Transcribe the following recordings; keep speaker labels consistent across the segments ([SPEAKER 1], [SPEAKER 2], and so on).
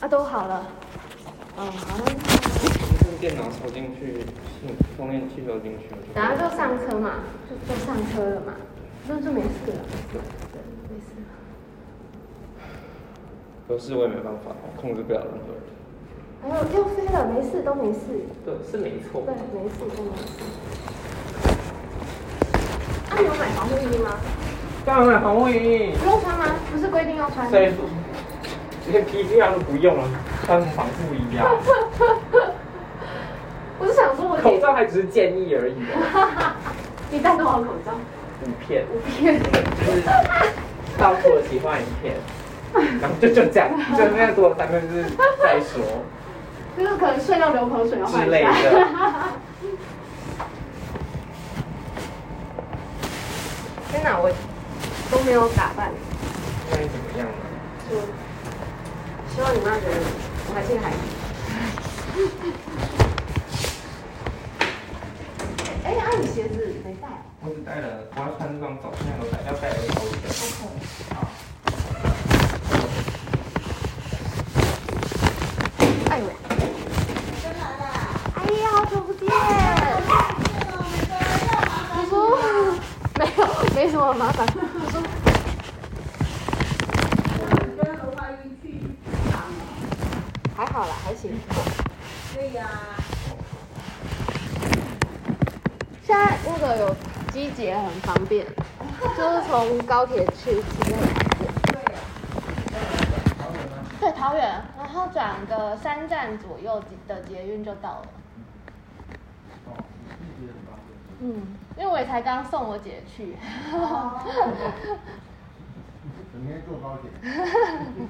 [SPEAKER 1] 啊，都好了。哦，好像
[SPEAKER 2] 就是电脑插进去，嗯充电器插进去，就
[SPEAKER 1] 等下就上车嘛，就就上车了嘛，那就没事了，对，没事了。
[SPEAKER 2] 可是我也没办法，我控制不了任何人。
[SPEAKER 1] 还有又哎飞了，没事，都没事，
[SPEAKER 3] 对，是没错
[SPEAKER 1] 对，。没事，都没事。啊，你有买防护衣吗？
[SPEAKER 3] 当然防护衣，
[SPEAKER 1] 不用穿吗？不是规定要穿的。
[SPEAKER 3] 谁连皮这样都不用了，穿防护衣啊？
[SPEAKER 1] 我是想说，我
[SPEAKER 3] 口
[SPEAKER 1] 得
[SPEAKER 3] 罩还只是建议而已，
[SPEAKER 1] 你戴多少口 罩？
[SPEAKER 3] 五片，
[SPEAKER 1] 五片。
[SPEAKER 3] 就是到土耳其换一片，然后就就这样，就那样多三分之再说。
[SPEAKER 1] 就是可能睡到流口水要换一
[SPEAKER 3] 之类
[SPEAKER 1] 下
[SPEAKER 3] 的。
[SPEAKER 1] 天哪，我都没有打扮，
[SPEAKER 3] 那你怎么样呢？
[SPEAKER 1] 就希望你妈觉得我还是个孩子。 哎，啊，你鞋子没带啊？
[SPEAKER 2] 我只带了，我要穿这种走，现在都带，要带耳头的。
[SPEAKER 1] 哎呦，哎呀，好久不见！叔叔，没有，没什么麻烦。叔叔，还好啦，还行。现在那个有机捷很方便，就是从高铁去其实很方便。对，桃园，然后转个三站左右的捷运就到了。嗯，因为我也才刚送我姐去。哦
[SPEAKER 4] 整天坐高铁。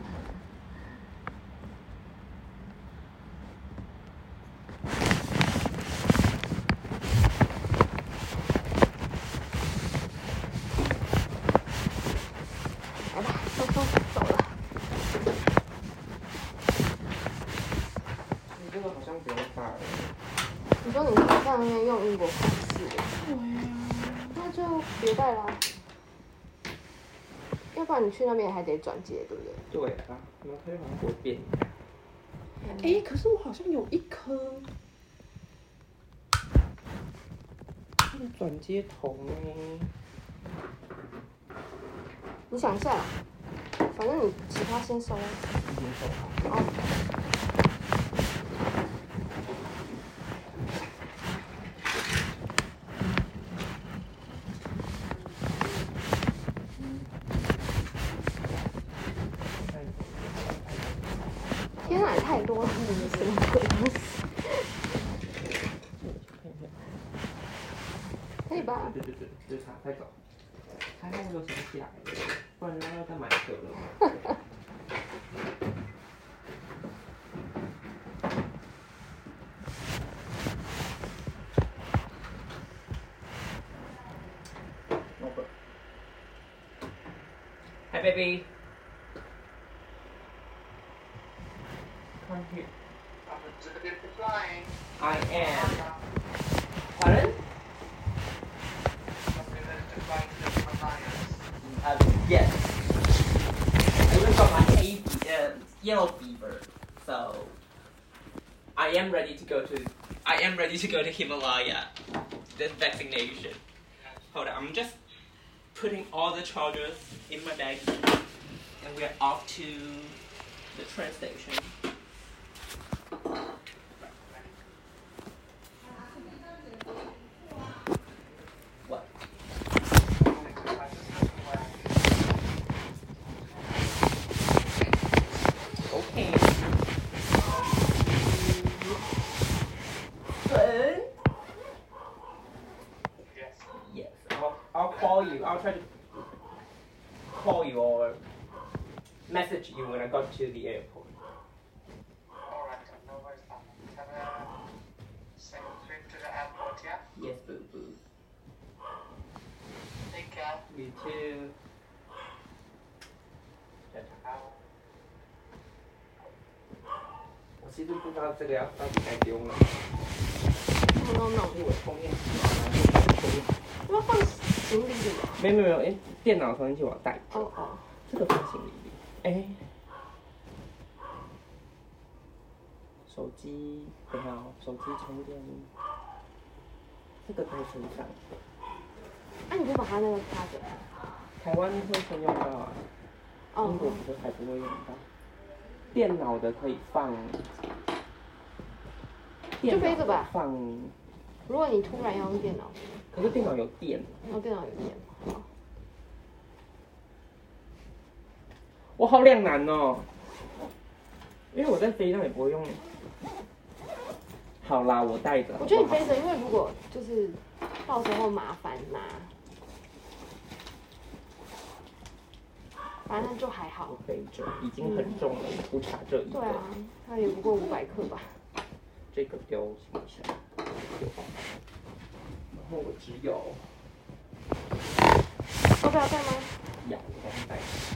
[SPEAKER 1] 来吧，叔叔走了。
[SPEAKER 3] 你这个好像不用发了，
[SPEAKER 1] 你说你在上面用英国款式？那就别带了。要不然你去那边还得转接，对不对？
[SPEAKER 3] 对啊，然后它就好像不会变。
[SPEAKER 5] 哎、可是我好像有一颗
[SPEAKER 3] 这个转接头呢？
[SPEAKER 1] 你想一下啦，反正你其他先啊收。哦。天哪，也太多了，你们什么鬼东西？可以吧？
[SPEAKER 3] 对对对，就差太早。还好我有想起来，不然要再买一个了。Hi baby. Come here. I am. Pardon? Uh, yes. I even got my A, uh, yellow fever, so I am ready to go to. I am ready to go to Himalaya. The vaccination. Hold on, I'm just putting all the chargers in my bag, and we're off to the train station. What? Okay. Fun? Yes, I'll, I'll call you. I'll try to call you or message you when I got to the airport. Yes, boo boo. You too.
[SPEAKER 6] 啊
[SPEAKER 1] 什么都弄。要放行李里吗？
[SPEAKER 3] 没有没有没有，哎，电脑重新去我带。
[SPEAKER 1] 哦哦。
[SPEAKER 3] 这个放行李里。哎，
[SPEAKER 6] 手机很好，手机充电，这个可以存上。
[SPEAKER 1] 那、你就把它那个插着。
[SPEAKER 6] 台湾会先用到啊，英国
[SPEAKER 1] 哦，
[SPEAKER 6] 不是还不会用到。电脑的可以放，
[SPEAKER 1] 就背着吧
[SPEAKER 6] 电脑的放，
[SPEAKER 1] 如果你突然要用电脑，
[SPEAKER 6] 可是电脑有电。
[SPEAKER 1] 然后电脑有电，好
[SPEAKER 6] 我好两难哦，因为我在飞机上也不会用。好啦，我带着。
[SPEAKER 1] 我觉得你
[SPEAKER 6] 好不好
[SPEAKER 1] 背着，因为如果就是到时候麻烦拿，哦反正就还好
[SPEAKER 6] 我。背着已经很重了，不差这一个。
[SPEAKER 1] 对啊，它也不过五百克吧。
[SPEAKER 6] 这个丢行李箱。然后我只有
[SPEAKER 1] 要不要带吗？
[SPEAKER 6] 两个袋子。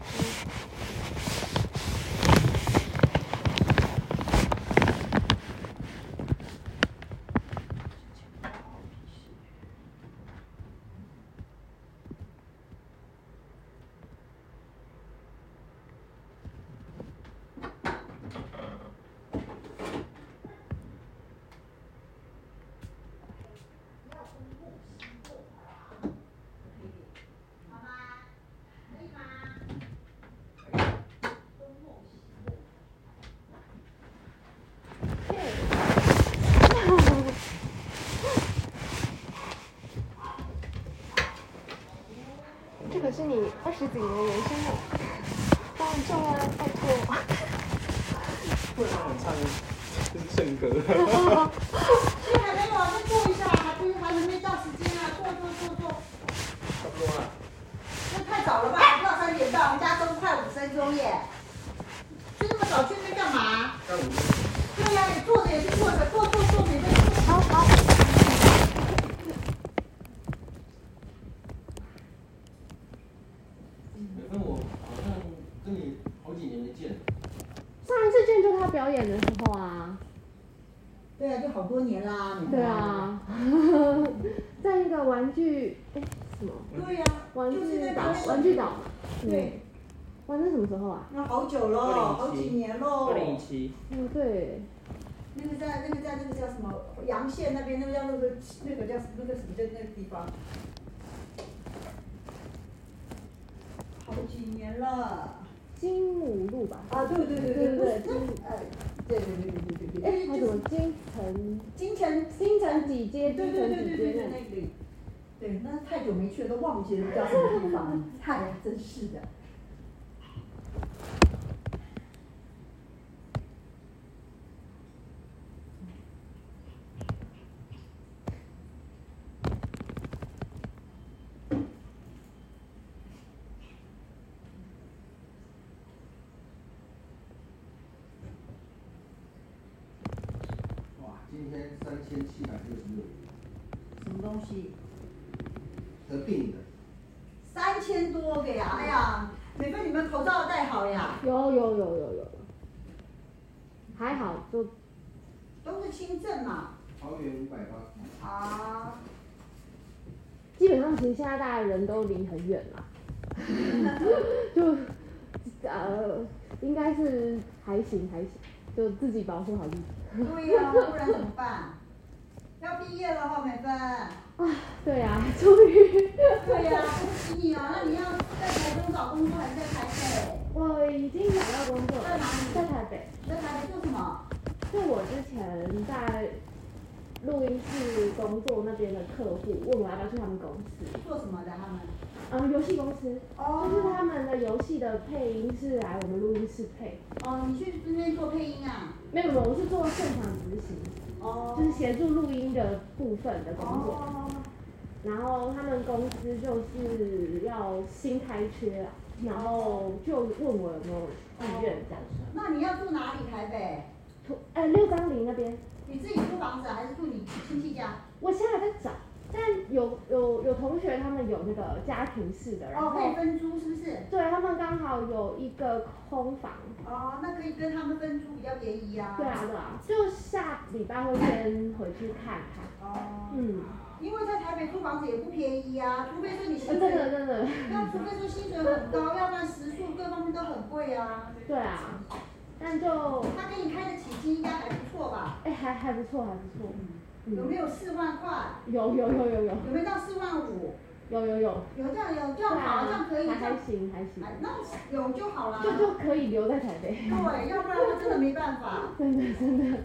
[SPEAKER 1] 这可是你二十几年人生的，当然重要啊，拜托。
[SPEAKER 6] 会让我唱就是圣歌。
[SPEAKER 7] 去还没有，再坐一下，还不还没到时间啊，坐坐坐坐，
[SPEAKER 6] 差不多 了。
[SPEAKER 7] 那太早了吧？还不到三点到，我们家都快五分钟耶。去那么早去那边干嘛？对呀、你坐着也是坐着，坐坐坐你这。
[SPEAKER 1] 好好。
[SPEAKER 3] 反正我好像跟你好几年没见，
[SPEAKER 1] 上一次见就他表演的时候啊，
[SPEAKER 7] 对呀、就好多年啦，你看
[SPEAKER 1] 对。啊，在那个玩具，哎，什么
[SPEAKER 7] 对呀、
[SPEAKER 1] 玩
[SPEAKER 7] 就是
[SPEAKER 1] 具
[SPEAKER 7] 在
[SPEAKER 1] 岛
[SPEAKER 7] 那边？
[SPEAKER 1] 玩具岛，嗯，
[SPEAKER 7] 对，
[SPEAKER 1] 玩的什么时候啊？
[SPEAKER 7] 那好久喽，好几年喽
[SPEAKER 6] 二。零一七，
[SPEAKER 1] 哦，对，
[SPEAKER 7] 那个在那个在那个叫什么阳县那边，那个叫那个那个叫那个什么的那个地方，好几年了。
[SPEAKER 1] 金武路吧？
[SPEAKER 7] 啊，对对对对对，那呃，对对对对对对，
[SPEAKER 1] 还
[SPEAKER 7] 哎，
[SPEAKER 1] 有
[SPEAKER 7] 就
[SPEAKER 1] 什
[SPEAKER 7] 是
[SPEAKER 1] 么金城
[SPEAKER 7] 金城，
[SPEAKER 1] 金城几街，
[SPEAKER 7] 对
[SPEAKER 1] 金城
[SPEAKER 7] 对对对
[SPEAKER 1] 几
[SPEAKER 7] 对
[SPEAKER 1] 街
[SPEAKER 7] 对对
[SPEAKER 1] 那里。
[SPEAKER 7] 那里，对，那太久没去了，都忘记了叫什么地方了，哎呀，真是的。
[SPEAKER 4] 哇，今天三千七百六十六
[SPEAKER 7] 什么东西？
[SPEAKER 4] 得病的，
[SPEAKER 7] 三千多个呀！哎呀，美芬，你们口罩戴好呀，
[SPEAKER 1] 有有有有有，还好就
[SPEAKER 7] 都是轻症嘛。
[SPEAKER 4] 桃园五百八十
[SPEAKER 7] 啊。
[SPEAKER 1] 基本上其实现在大家人都离很远了， 就呃应该是还行还行，就自己保护好自己。
[SPEAKER 7] 对呀、不然怎么办？要毕业了哈，美芬。
[SPEAKER 1] 啊，对啊， 终于，
[SPEAKER 7] 对呀、恭喜你哦！那你要在台中找工作还是在台北？
[SPEAKER 1] 我已经找到工作了，
[SPEAKER 7] 在哪里
[SPEAKER 1] 在台北。
[SPEAKER 7] 你在台北做什么？
[SPEAKER 1] 就我之前在录音室工作那边的客户问我要不要去他们公司，
[SPEAKER 7] 做什么的他们？
[SPEAKER 1] 嗯，游戏公司，就是
[SPEAKER 7] 哦
[SPEAKER 1] 他们的游戏的配音是来我们录音室配，
[SPEAKER 7] 哦，你去那边做配音啊？
[SPEAKER 1] 没有没有，我是做现场执行，
[SPEAKER 7] 哦
[SPEAKER 1] 就是协助录音的部分的工作。
[SPEAKER 7] 哦，
[SPEAKER 1] 然后他们公司就是要新开缺啊，然后就问我有没有意愿这样子。
[SPEAKER 7] 那你要住哪里？台北？哦
[SPEAKER 1] 土呃六张林那边，
[SPEAKER 7] 你自己租房子还是住你亲戚家？
[SPEAKER 1] 我现在还在找，但有有有同学他们有那个家庭式的，然
[SPEAKER 7] 哦，
[SPEAKER 1] 后
[SPEAKER 7] 可以分租是不是？
[SPEAKER 1] 对他们刚好有一个空房，
[SPEAKER 7] 哦，那可以跟他们分租比较便宜啊。
[SPEAKER 1] 对啊对啊，就下礼拜会先回去看看。
[SPEAKER 7] 哦，
[SPEAKER 1] 嗯，
[SPEAKER 7] 因为在台北租房子也不便宜啊，除非说你
[SPEAKER 1] 呃
[SPEAKER 7] 薪
[SPEAKER 1] 真
[SPEAKER 7] 水
[SPEAKER 1] 的真的，
[SPEAKER 8] 嗯
[SPEAKER 7] 那除非说薪水很高，要不然食宿各方面都很贵啊。
[SPEAKER 1] 对啊，
[SPEAKER 8] 但就
[SPEAKER 7] 他给你开的起薪应该还不错吧？
[SPEAKER 8] 哎还还不错，还不错。
[SPEAKER 7] 有没有四万块？
[SPEAKER 8] 有有有有有
[SPEAKER 7] 有没有到四万五？
[SPEAKER 8] 有有有，
[SPEAKER 7] 有这样有这样
[SPEAKER 1] 啊
[SPEAKER 7] 好，这样可以，这
[SPEAKER 8] 啊还
[SPEAKER 7] 样
[SPEAKER 8] 还行还行
[SPEAKER 7] 哎，那有就好了。
[SPEAKER 8] 就就可以留在台北。
[SPEAKER 7] 对，要不然我真的没办法。
[SPEAKER 8] 真的真的，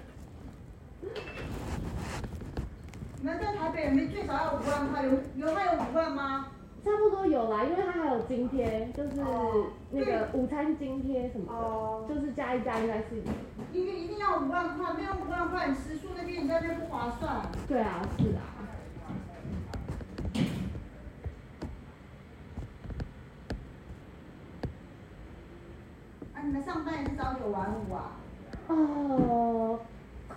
[SPEAKER 7] 你们在台北人民最少要五万块，有有还有五万吗？
[SPEAKER 8] 差不多有啦，因为它还有津贴，就是
[SPEAKER 7] 哦
[SPEAKER 8] 那个午餐津贴什么的，
[SPEAKER 7] 哦，
[SPEAKER 8] 就是加一加应该是有。
[SPEAKER 7] 一个一定要五万块，没有五万块，你时速那边你在那边不划算。
[SPEAKER 8] 对啊，是啊。
[SPEAKER 7] 啊，你们上班也是早九晚五啊？
[SPEAKER 8] 哦，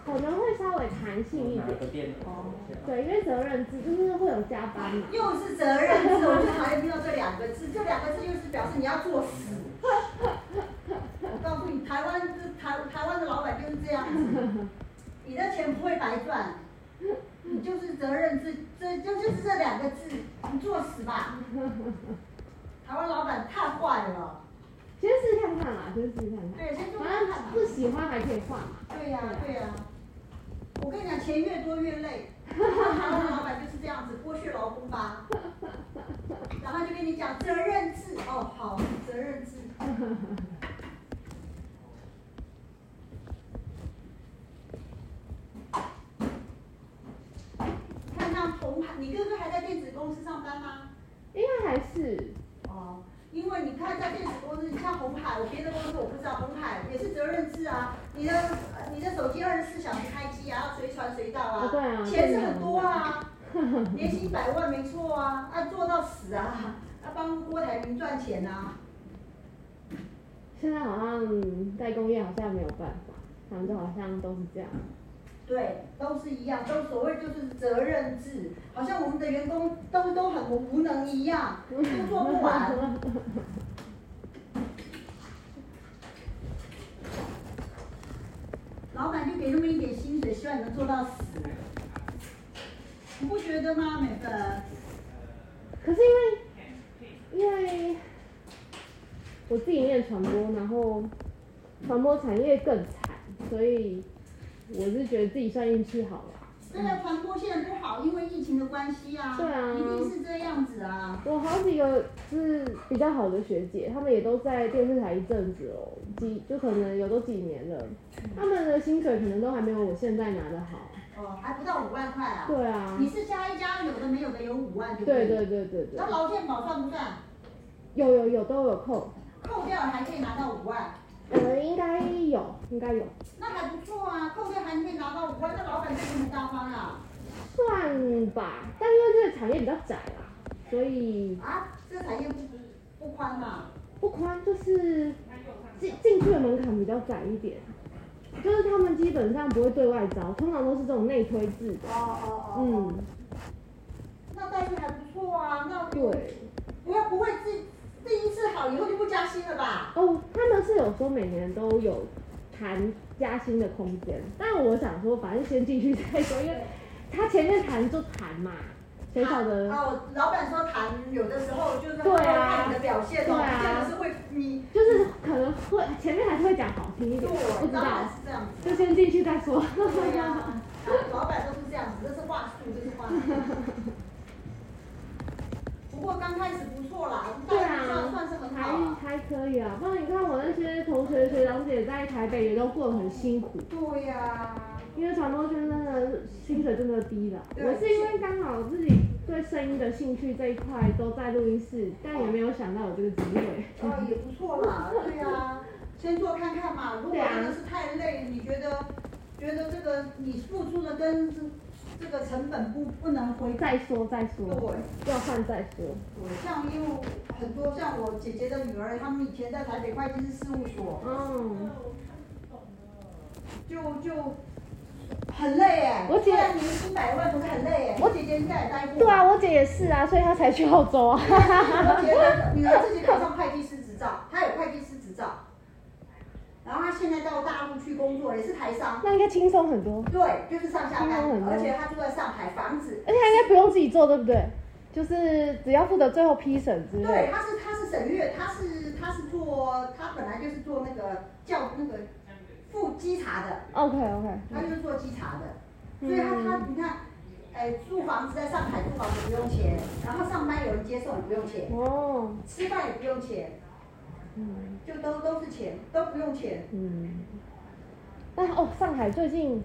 [SPEAKER 8] 可能会稍微弹性一
[SPEAKER 3] 拿
[SPEAKER 8] 点，
[SPEAKER 3] 个电脑。
[SPEAKER 8] 对，因为责任制就是会有加班嘛。
[SPEAKER 7] 又是责任制，我就讨厌听到这两个字，这两个字就是表示你要作死。我告诉你，台湾这台台湾的老板就是这样子，你的钱不会白赚，你就是责任制，这就就是这两个字，你作死吧。台湾老板太坏了，
[SPEAKER 8] 先试看看啦，先试看看，
[SPEAKER 7] 对，先说
[SPEAKER 8] 反
[SPEAKER 7] 看
[SPEAKER 8] 正
[SPEAKER 7] 看
[SPEAKER 8] 不喜欢还可以换嘛。
[SPEAKER 7] 对呀、对呀、我跟你讲，钱越多越 累。台湾老板就是这样子，剥削劳工吧。然后就跟你讲责任制，哦，好，责任制。看看同行，你哥哥还在电子公司上班吗？
[SPEAKER 8] 应该还是
[SPEAKER 7] 哦，因为你看在电子公司，你像红海，我别的公司我不知道，红海也是责任制啊，你的呃你的手机二十四小时开机啊，要随传随到
[SPEAKER 8] 啊对啊
[SPEAKER 7] 啊，钱是很多啊，年薪百万没错啊，啊做到死啊，啊帮郭台铭赚钱啊，
[SPEAKER 8] 现在好像代工业好像没有办法，他们就好像都是这样。
[SPEAKER 7] 对，都是一样，都所谓就是责任制，好像我们的员工都都很无能一样，都做不完。 老板就给那么一点薪水，希望你能做到死，你不觉得吗，美芬？
[SPEAKER 8] 可是因为因为我自己念传播，然后传播产业更惨，所以我是觉得自己算运气好了。
[SPEAKER 7] 这个传播现在不好，因为疫情的关系啊，
[SPEAKER 8] 对啊
[SPEAKER 7] 一定是这样子啊。
[SPEAKER 8] 我好几个就是比较好的学姐，她们也都在电视台一阵子哦，几就可能有都几年了，她们的薪水可能都还没有我现在拿的好。
[SPEAKER 7] 哦，还不到五万块啊？
[SPEAKER 8] 对啊，
[SPEAKER 7] 你是加一加，有的没有的有五万，对不
[SPEAKER 8] 对对对对对
[SPEAKER 7] 那，劳健保算不算？
[SPEAKER 8] 有有有都有扣，
[SPEAKER 7] 扣掉了还可以拿到五万，
[SPEAKER 8] 呃，应该有，应该有，
[SPEAKER 7] 那还不错啊，扣掉还可以拿到五万，那老板对你很大方啊。
[SPEAKER 8] 算吧。但因为这个产业比较窄啦，所以
[SPEAKER 7] 啊，这产业不不宽嘛、
[SPEAKER 8] 不宽，就是进进去的门槛比较窄一点，就是他们基本上不会对外招，通常都是这种内推制的。
[SPEAKER 7] 哦哦哦。哦。
[SPEAKER 8] 嗯，
[SPEAKER 7] 那待遇还不错啊，那
[SPEAKER 8] 对。
[SPEAKER 7] 不会不会自第一次好以后就不加薪了吧？
[SPEAKER 8] 哦，他们是有说每年都有谈加薪的空间，但我想说，反正先进去再说，因为他前面谈就谈嘛，谁晓得？
[SPEAKER 7] 哦，老板说谈，有的时候就是
[SPEAKER 8] 对啊
[SPEAKER 7] 看你的表现哦，
[SPEAKER 8] 对啊
[SPEAKER 7] 这样是会你
[SPEAKER 8] 就是可能会前面还是会讲好听一点，不
[SPEAKER 7] 对，
[SPEAKER 8] 知
[SPEAKER 7] 当
[SPEAKER 8] 道
[SPEAKER 7] 然，是这样子。
[SPEAKER 8] 就先进去再说。
[SPEAKER 7] 对呀、啊，老板都是这样子，这是话术，这是话术。不过刚开始不错啦，大
[SPEAKER 8] 对
[SPEAKER 7] 家算
[SPEAKER 8] 啊
[SPEAKER 7] 算是很好
[SPEAKER 8] 还
[SPEAKER 7] 啊。
[SPEAKER 8] 还可以啊，不然你看我那些同学学长姐在台北也都过得很辛苦，
[SPEAKER 7] 对呀、
[SPEAKER 8] 因为传播圈真的薪水真的低了。
[SPEAKER 7] 对
[SPEAKER 8] 我是因为刚好自己对声音的兴趣这一块都在录音室，但也没有想到有这个机会。
[SPEAKER 7] 哦，也不错啦，对呀、 先做看看嘛。如果真的是太累，你觉得觉得这个你付出的跟这这个成本不不能回报，
[SPEAKER 8] 再说再
[SPEAKER 7] 对
[SPEAKER 8] 说，要换再说。
[SPEAKER 7] 像因为很多像我姐姐的女儿，她们以前在台北会计师事务所，
[SPEAKER 8] 嗯，
[SPEAKER 7] 就就很累哎、
[SPEAKER 8] 我姐
[SPEAKER 7] 虽然年薪百万，不是很累哎、我姐姐应该也待过。
[SPEAKER 8] 对啊，我姐也是啊，所以她才去澳洲啊。
[SPEAKER 7] 我姐得女儿自己考上会计师执照，她有会计师执照，然后她现在到大陆去工作，也是台商。
[SPEAKER 8] 那应该轻松很多，
[SPEAKER 7] 对，就是上下
[SPEAKER 8] 听说
[SPEAKER 7] 班
[SPEAKER 8] 很，多
[SPEAKER 7] 而且她住在上海，房子。
[SPEAKER 8] 而且她应该不用自己做，对不对？就是只要负责最后批审之
[SPEAKER 7] 对，
[SPEAKER 8] 类。
[SPEAKER 7] 她是她是审阅，她是她是做，她本来就是做那个教那个做基茶的，
[SPEAKER 8] OK OK，
[SPEAKER 7] 他就是做基茶
[SPEAKER 8] 嗯
[SPEAKER 7] 的，所以他他你看，哎，租房子在上海租房子不用钱，然后上班有人接送也不用钱，
[SPEAKER 8] 哦，
[SPEAKER 7] 吃饭也不用钱，
[SPEAKER 8] 嗯
[SPEAKER 7] 就都都是钱，都不用钱。
[SPEAKER 8] 嗯，但哦，上海最近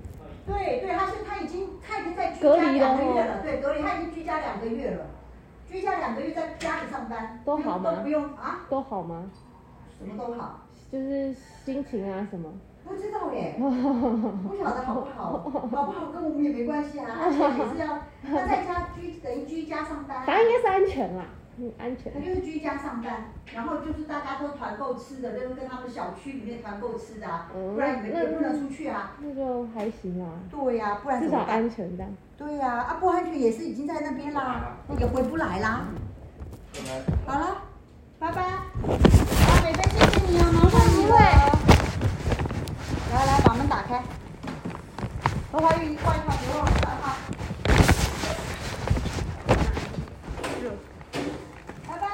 [SPEAKER 7] 对对，他是他已经他已经在居
[SPEAKER 8] 隔
[SPEAKER 7] 家
[SPEAKER 8] 离
[SPEAKER 7] 两
[SPEAKER 8] 了
[SPEAKER 7] 个
[SPEAKER 8] 哦
[SPEAKER 7] 月了，对，隔离他已经居家两个月了，居家两个月在家里上班，
[SPEAKER 8] 都好吗
[SPEAKER 7] 都不用啊，
[SPEAKER 8] 都好吗？
[SPEAKER 7] 什么都好，
[SPEAKER 8] 就是心情啊什么，
[SPEAKER 7] 不知道 耶。不晓得好不好，好不好跟我们也没关系啊，而且也是要他在家居等于居家上班，
[SPEAKER 8] 反正应该是安全啦，嗯，安
[SPEAKER 7] 他
[SPEAKER 8] 全。
[SPEAKER 7] 就是居家上班，然后就是大家都团购吃的，就是跟他们小区里面团购吃的啊，
[SPEAKER 8] 嗯
[SPEAKER 7] 不然你们
[SPEAKER 8] 那
[SPEAKER 7] 也不能出去啊。
[SPEAKER 8] 那就还行啊，
[SPEAKER 7] 对呀、不然
[SPEAKER 8] 至
[SPEAKER 7] 怎
[SPEAKER 8] 少
[SPEAKER 7] 么办
[SPEAKER 8] 安？全这样。
[SPEAKER 7] 对呀、啊，不安全也是已经在那边啦，也回不来啦。
[SPEAKER 3] 拜嗯拜。
[SPEAKER 7] 好了，拜拜。啊，美菲，谢谢你哦，麻烦你了。来来，把门打开。我还有一罐一罐牛肉饭啊。
[SPEAKER 3] 嗯
[SPEAKER 7] 拜拜。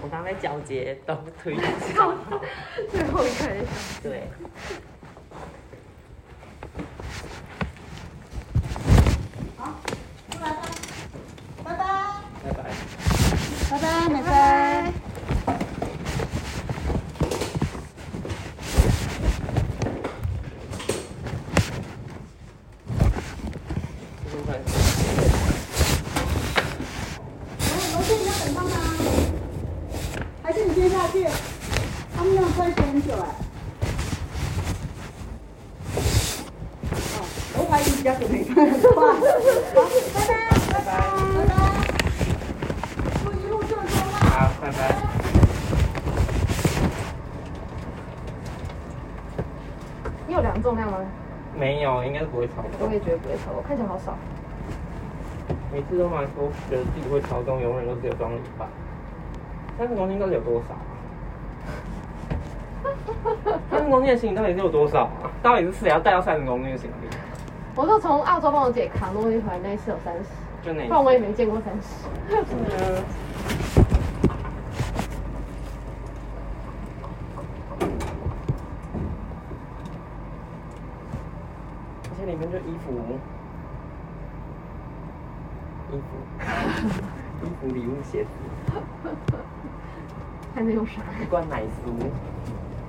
[SPEAKER 9] 我刚才交接都推销，
[SPEAKER 1] 最后一个。
[SPEAKER 9] 对。
[SPEAKER 7] 好，出来吧。拜拜。
[SPEAKER 3] 拜拜。
[SPEAKER 7] 拜拜，美菲。
[SPEAKER 3] 拜拜。
[SPEAKER 7] 楼下你要等他们啊，还是你先下去？他们那样关系很久哎。哦，我怀疑你家准备办好，拜拜，拜拜，拜拜。祝一路顺风啊！
[SPEAKER 3] 好，拜拜。
[SPEAKER 1] 你有量重量吗？
[SPEAKER 3] 没有，应该是不会操
[SPEAKER 1] 我
[SPEAKER 3] 纵。
[SPEAKER 1] 也觉得不会超过，看起来好少。
[SPEAKER 3] 每次都蛮说觉得自己会操纵，永远都只有装一半。三十公斤到底有多少、啊？ 三十公斤的行李到底是有多少啊？到底是谁要带到三十公斤的行李？
[SPEAKER 1] 我就从澳洲帮我姐扛东西回来那一次有三十，
[SPEAKER 3] 就那一
[SPEAKER 1] 不
[SPEAKER 3] 次
[SPEAKER 1] 然我也没见过三十。
[SPEAKER 3] 而且里面就衣服，衣服，衣服、礼物、鞋子，
[SPEAKER 1] 还能有啥？
[SPEAKER 3] 一罐奶酥，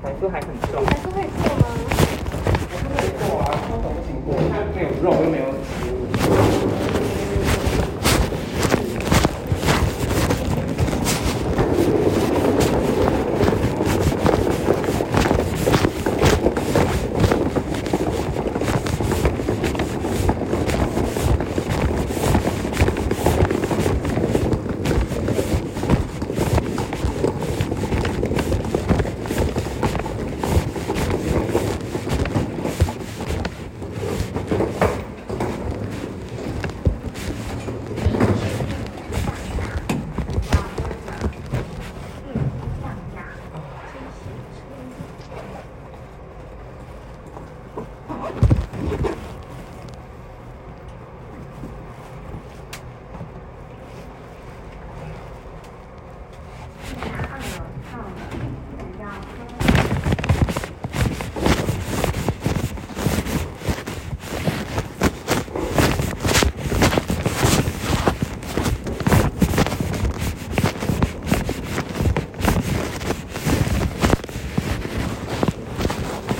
[SPEAKER 3] 奶酥还很重，
[SPEAKER 1] 还是会做吗？
[SPEAKER 3] 哇，超懂情过，它没有肉又没有食物。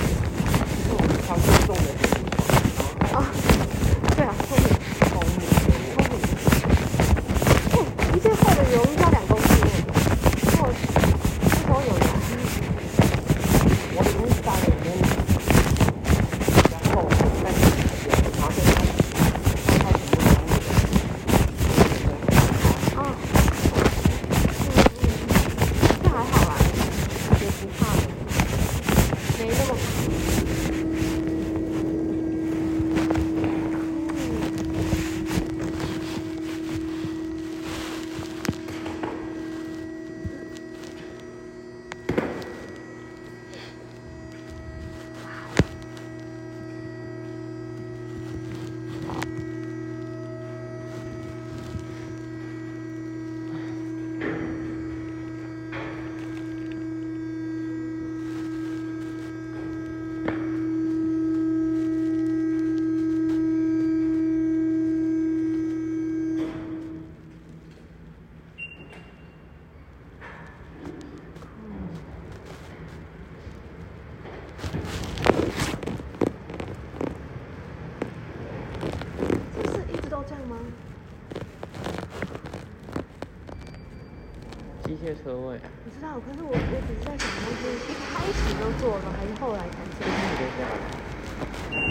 [SPEAKER 3] 超重的行李
[SPEAKER 1] 对啊，后面后面。嗯，一件厚的鱿鱼要两公斤那种，我是都有的。
[SPEAKER 3] 我里面放了里面，然后我再然后再放放全部装里
[SPEAKER 1] 啊，嗯，这还好啦，也不怕，没那么怕。
[SPEAKER 3] 车位啊？
[SPEAKER 5] 我知道，可是我我只是在想，说是一开始就做吗？还是后来才做？
[SPEAKER 3] 就这样。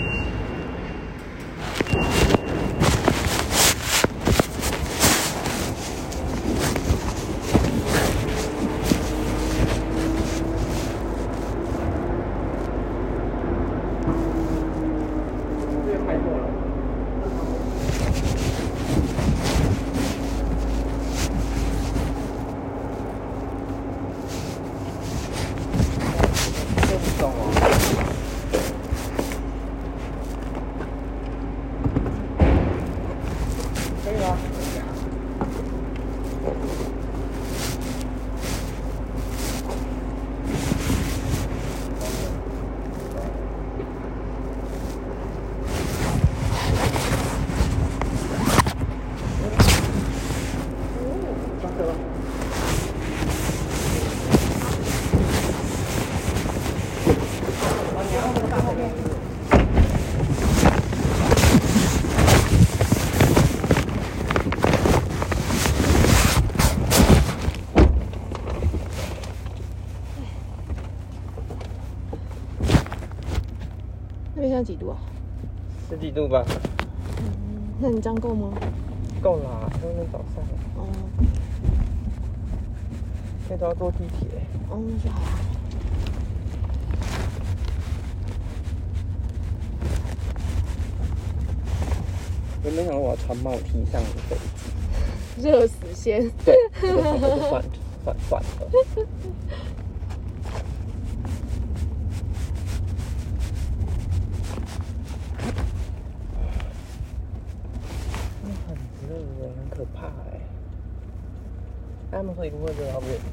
[SPEAKER 3] 这个太过了。这不懂哦。可以吗？上车吧。啊，你要不要看后面？
[SPEAKER 1] 那边现在几度啊？
[SPEAKER 3] 十几度吧，
[SPEAKER 1] 那你这样够吗？
[SPEAKER 3] 够了啊，他们早上了
[SPEAKER 1] 哦、
[SPEAKER 3] 现在都要坐地铁。
[SPEAKER 1] 哦，那就好啊。
[SPEAKER 3] 我没想到我要穿帽 T 上的飞机。
[SPEAKER 1] 热死先。
[SPEAKER 3] 对，这个头发就 算算算了。那很热哎，很可怕欸哎。他们说一定会热到月底。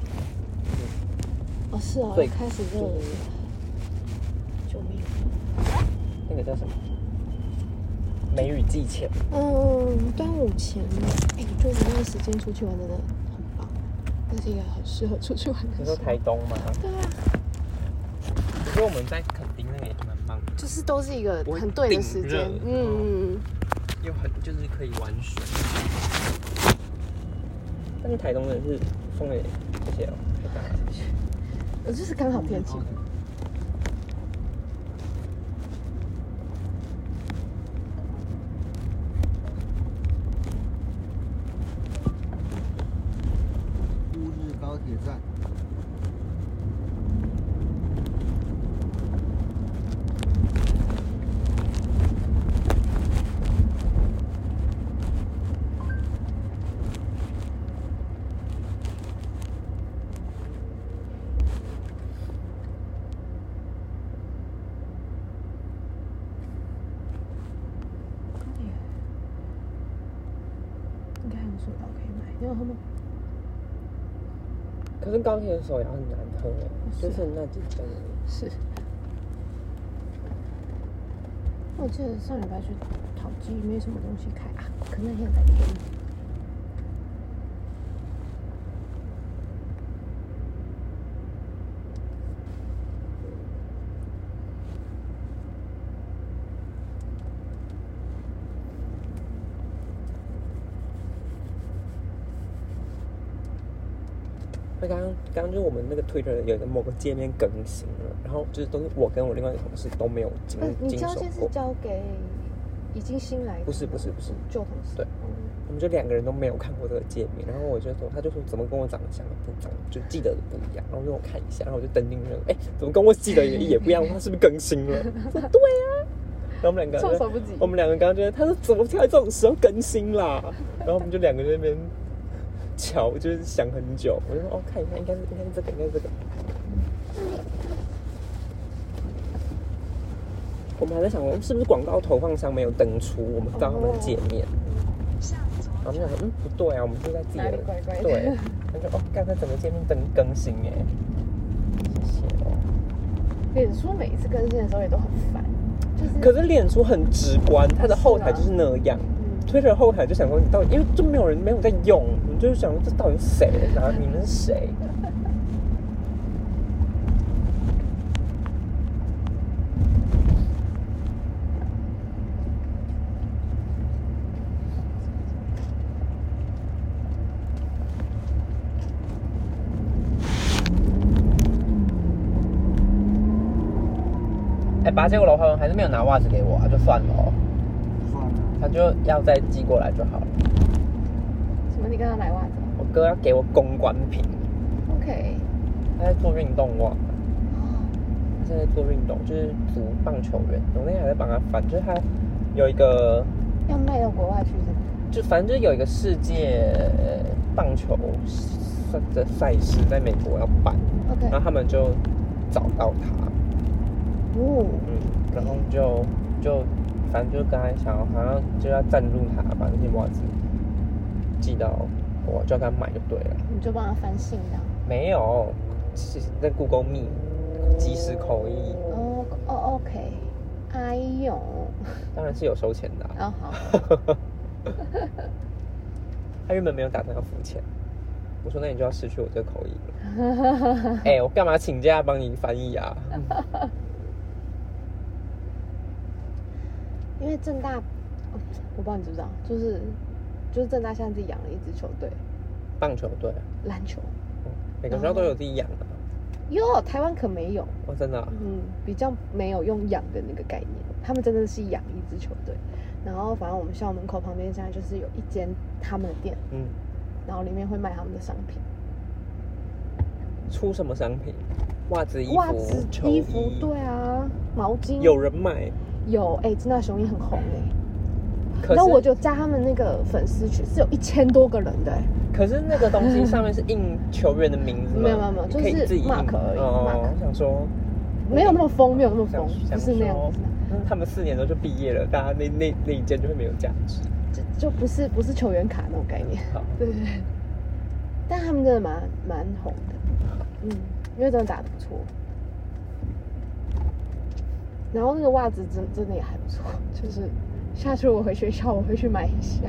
[SPEAKER 1] 哦，是哦，
[SPEAKER 3] 对
[SPEAKER 1] 开始热了。救命！
[SPEAKER 3] 那个叫什么？梅雨季前，
[SPEAKER 1] 嗯，端午前，哎、我觉得那个时间出去玩真的很棒，那是一个很适合出去玩
[SPEAKER 3] 你
[SPEAKER 1] 的
[SPEAKER 3] 说
[SPEAKER 1] 时候。
[SPEAKER 3] 台东吗？
[SPEAKER 1] 对啊，
[SPEAKER 3] 因为我们在垦丁那个也蛮棒的，
[SPEAKER 5] 就是都是一个
[SPEAKER 3] 不会
[SPEAKER 5] 很对的
[SPEAKER 3] 顶
[SPEAKER 5] 时
[SPEAKER 3] 热
[SPEAKER 5] 间，嗯嗯嗯，
[SPEAKER 3] 又很就是可以玩水。但是台东真的是风也这些哦，太大了。
[SPEAKER 1] 我就是刚好天气。
[SPEAKER 4] 乌日高铁站。
[SPEAKER 1] 应该还有水吧，我可以买。你有喝吗？
[SPEAKER 3] 可是高铁的手摇很难喝哎，就是那几分而已。
[SPEAKER 1] 是。我记得上礼拜去淘机没什么东西开啊，可能现在天。
[SPEAKER 3] 那刚刚刚刚就是我们那个 Twitter 有一个某个界面更新了，然后就是都是我跟我另外一个同事都没有经
[SPEAKER 5] 呃你
[SPEAKER 3] 经
[SPEAKER 5] 交
[SPEAKER 3] 手
[SPEAKER 5] 接是
[SPEAKER 3] 过，
[SPEAKER 5] 交给已经新来的
[SPEAKER 3] 不是不是不是，
[SPEAKER 5] 旧同事，
[SPEAKER 3] 对我们就两个人都没有看过这个界面，然后我就说，他就说怎么跟我长得像的不一样，就记得的不一样，然后我就让我看一下，然后我就登进去了，哎，怎么跟我记得也也不一样，他是不是更新 了？我说对啊，然后我们两个
[SPEAKER 5] 措
[SPEAKER 3] 就
[SPEAKER 5] 手不及。
[SPEAKER 3] 我们两个刚刚觉得他说怎么挑在这种时候更新啦？然后我们就两个在那边瞧，就是想很久。我就说哦，看一下，应该是应该是这个，应该是这个。我们还在想，嗯是不是广告投放商没有登出我们刚刚的界面？然后我们想说，嗯，不对啊，我们是在自己
[SPEAKER 5] 哪里
[SPEAKER 3] 的
[SPEAKER 5] 怪怪的
[SPEAKER 3] 对。他就哦，刚才整个界面登更新哎，谢谢哦。
[SPEAKER 5] 脸书每一次更新的时候也都很烦，就是啊
[SPEAKER 3] 可是脸书很直观，它的后台就是那样。
[SPEAKER 5] 嗯
[SPEAKER 3] Twitter 后台就想说你到底，因为就没有人没有在用，你就是想说这到底是谁？然后你们是谁？哎、拔结果老花王还是没有拿袜子给我啊，就算了哦，
[SPEAKER 4] 算了，
[SPEAKER 3] 他就要再寄过来就好了。
[SPEAKER 5] 什么？你跟他买袜子
[SPEAKER 3] 我哥要给我公关品，
[SPEAKER 5] ？OK，哦
[SPEAKER 3] 他在做运动袜，他现在做运动就是足棒球员，我那天还在帮他翻，就是他有一个
[SPEAKER 5] 要卖到国外去是吗？
[SPEAKER 3] 就反正就有一个世界棒球赛的赛事在美国要办，
[SPEAKER 5] OK，
[SPEAKER 3] 然后他们就找到他，
[SPEAKER 5] 哦，
[SPEAKER 3] 嗯，然后就就反正就跟他想要好像就要赞助他把那些袜子寄到我叫他买就对了，
[SPEAKER 5] 你就帮他翻信这样。
[SPEAKER 3] 没有，其实在故宫密即时口译，
[SPEAKER 5] 哦哦，OK，哎呦，
[SPEAKER 3] 当然是有收钱的啊、
[SPEAKER 5] 哦好，
[SPEAKER 3] 他原本没有打算要付钱，我说那你就要失去我这个口译了。 哎、我干嘛请假帮你翻译 啊？
[SPEAKER 5] 因为正大，哦我不知道你知不知道，就是就是正大现在自己养了一支球队，
[SPEAKER 3] 棒球队啊，
[SPEAKER 5] 篮球。
[SPEAKER 3] 每个学校都有自己养的、啊。
[SPEAKER 5] 哟，台湾可没有，
[SPEAKER 3] 哦，真的啊、
[SPEAKER 5] 嗯，比较没有用养的那个概念，他们真的是养一支球队。然后反正我们校门口旁边现在就是有一间他们的店，
[SPEAKER 3] 嗯，
[SPEAKER 5] 然后里面会卖他们的商品，
[SPEAKER 3] 出什么商品？袜子、衣服、
[SPEAKER 5] 袜子、
[SPEAKER 3] 球
[SPEAKER 5] 衣
[SPEAKER 3] 衣，
[SPEAKER 5] 服，对啊，毛巾
[SPEAKER 3] 有人买。
[SPEAKER 5] 有，哎、真的雄鹰很红哎、
[SPEAKER 3] 可
[SPEAKER 5] 然后我
[SPEAKER 3] 是，
[SPEAKER 5] 就加他们那个粉丝群，是有一千多个人的、哎
[SPEAKER 3] 可是那个东西上面是印球员的名字吗？
[SPEAKER 5] 没有没有没有
[SPEAKER 3] 你可以
[SPEAKER 5] 就是
[SPEAKER 3] 自己印
[SPEAKER 5] mark 而已
[SPEAKER 3] 哦
[SPEAKER 5] mark
[SPEAKER 3] 我想说，
[SPEAKER 5] 没有那么疯，没有那么疯
[SPEAKER 3] 想，想
[SPEAKER 5] 不是那样
[SPEAKER 3] 说
[SPEAKER 5] 子，
[SPEAKER 3] 嗯他们四年都就毕业了，大家那那那一件就会没有价值。
[SPEAKER 5] 就就不是不是球员卡那种概念，
[SPEAKER 3] 好，
[SPEAKER 5] 对对对。但他们真的蛮蛮红的，嗯，因为真的打得不错。然后那个袜子真真的也还不错，就是下次我回学校我会去买一下，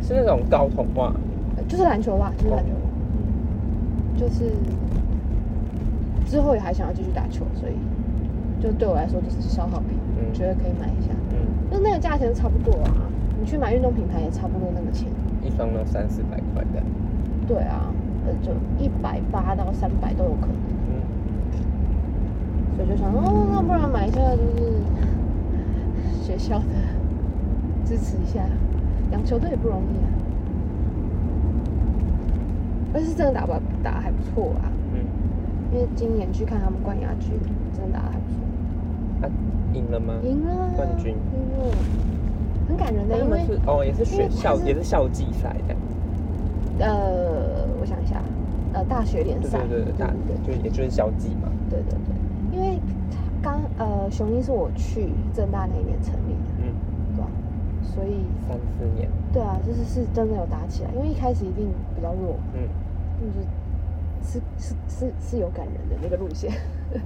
[SPEAKER 3] 是那种高筒袜，
[SPEAKER 5] 呃就是篮球袜，就是篮球袜，嗯，就是之后也还想要继续打球，所以就对我来说就是消耗品，
[SPEAKER 3] 嗯
[SPEAKER 5] 觉得可以买一下。
[SPEAKER 3] 嗯，
[SPEAKER 5] 就那个价钱差不多啊，你去买运动品牌也差不多那个钱。
[SPEAKER 3] 一双都三四百块的，
[SPEAKER 5] 对啊，呃，就一百八到三百都有可能，
[SPEAKER 3] 嗯，
[SPEAKER 5] 所以就想说，哦，那不然买一下就是学校的，支持一下，养球队也不容易啊。但是真的打不打得还不错啊，
[SPEAKER 3] 嗯，
[SPEAKER 5] 因为今年去看他们冠亚军，真的打得还不错，
[SPEAKER 3] 啊赢了吗？
[SPEAKER 5] 赢了啊
[SPEAKER 3] 冠军
[SPEAKER 5] 赢了，很感人的，
[SPEAKER 3] 那他
[SPEAKER 5] 因
[SPEAKER 3] 们
[SPEAKER 5] 为
[SPEAKER 3] 是哦，也是
[SPEAKER 5] 因
[SPEAKER 3] 学
[SPEAKER 5] 为他
[SPEAKER 3] 校
[SPEAKER 5] 是
[SPEAKER 3] 也是校际赛这样，
[SPEAKER 5] 呃，我想一下，呃，大学联
[SPEAKER 3] 对
[SPEAKER 5] 赛，
[SPEAKER 3] 对对对，大对就也就是校际嘛，
[SPEAKER 5] 对对对，因为刚呃雄鹰是我去正大那一年成立的，
[SPEAKER 3] 嗯，
[SPEAKER 5] 对吧、所以
[SPEAKER 3] 三四年，
[SPEAKER 5] 对啊，就是是真的有打起来，因为一开始一定比较弱，
[SPEAKER 3] 嗯，
[SPEAKER 5] 就是是是是是有感人的那个路线，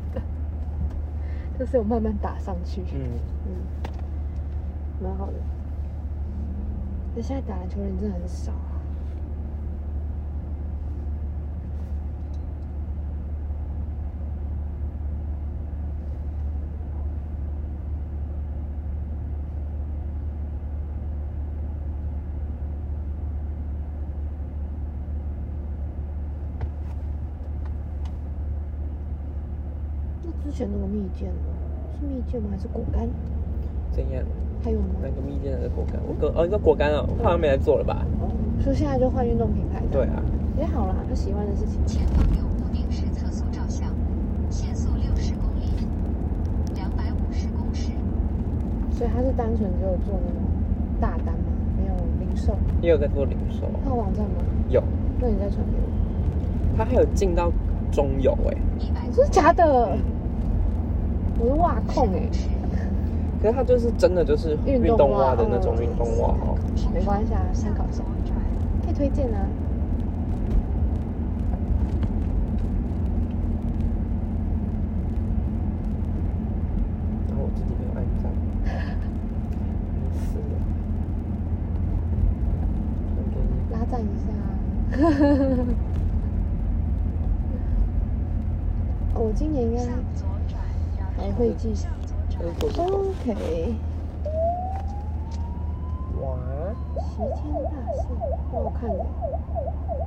[SPEAKER 5] 就是有慢慢打上去，
[SPEAKER 3] 嗯，
[SPEAKER 5] 嗯，蛮好的。那现在打篮球人真的很少啊。那之前那个蜜饯呢？是蜜饯吗？还是果干？
[SPEAKER 3] 怎样？
[SPEAKER 5] 还有吗？
[SPEAKER 3] 那个蜜饯的果干，我哥哦，你说果干哦，我好像没来做了吧？
[SPEAKER 5] 说现在就换运动品牌的，
[SPEAKER 3] 对啊，
[SPEAKER 5] 也好啦，他喜欢的事情。
[SPEAKER 10] 前方有固定式测速照相，限速六十公里，两百五十公尺。
[SPEAKER 5] 所以他是单纯只有做那种大单吗？没有零售？
[SPEAKER 3] 也有在做零售，
[SPEAKER 5] 他有网站吗？
[SPEAKER 3] 有，
[SPEAKER 5] 那你再传给我。
[SPEAKER 3] 他还有进到中游嗯哎，
[SPEAKER 10] 一百
[SPEAKER 5] 真的假的？我是袜控哎、
[SPEAKER 10] 尺，
[SPEAKER 3] 可是他就是真的就是
[SPEAKER 5] 运
[SPEAKER 3] 运
[SPEAKER 5] 动
[SPEAKER 3] 动
[SPEAKER 5] 袜
[SPEAKER 3] 袜的那种
[SPEAKER 5] 嗯
[SPEAKER 3] 运动袜哦，
[SPEAKER 5] 没关系啊，参考一下，可以推荐啊。
[SPEAKER 3] 然后我自己没有按 赞，死了，传给你
[SPEAKER 5] 拉赞一下啊。我今年应该
[SPEAKER 10] 向左转，然后
[SPEAKER 5] 还会继续
[SPEAKER 10] 向左
[SPEAKER 3] 他
[SPEAKER 10] 转
[SPEAKER 3] 是。做这个
[SPEAKER 5] OK，齐
[SPEAKER 3] 哇，
[SPEAKER 5] 天大圣，让我看一下。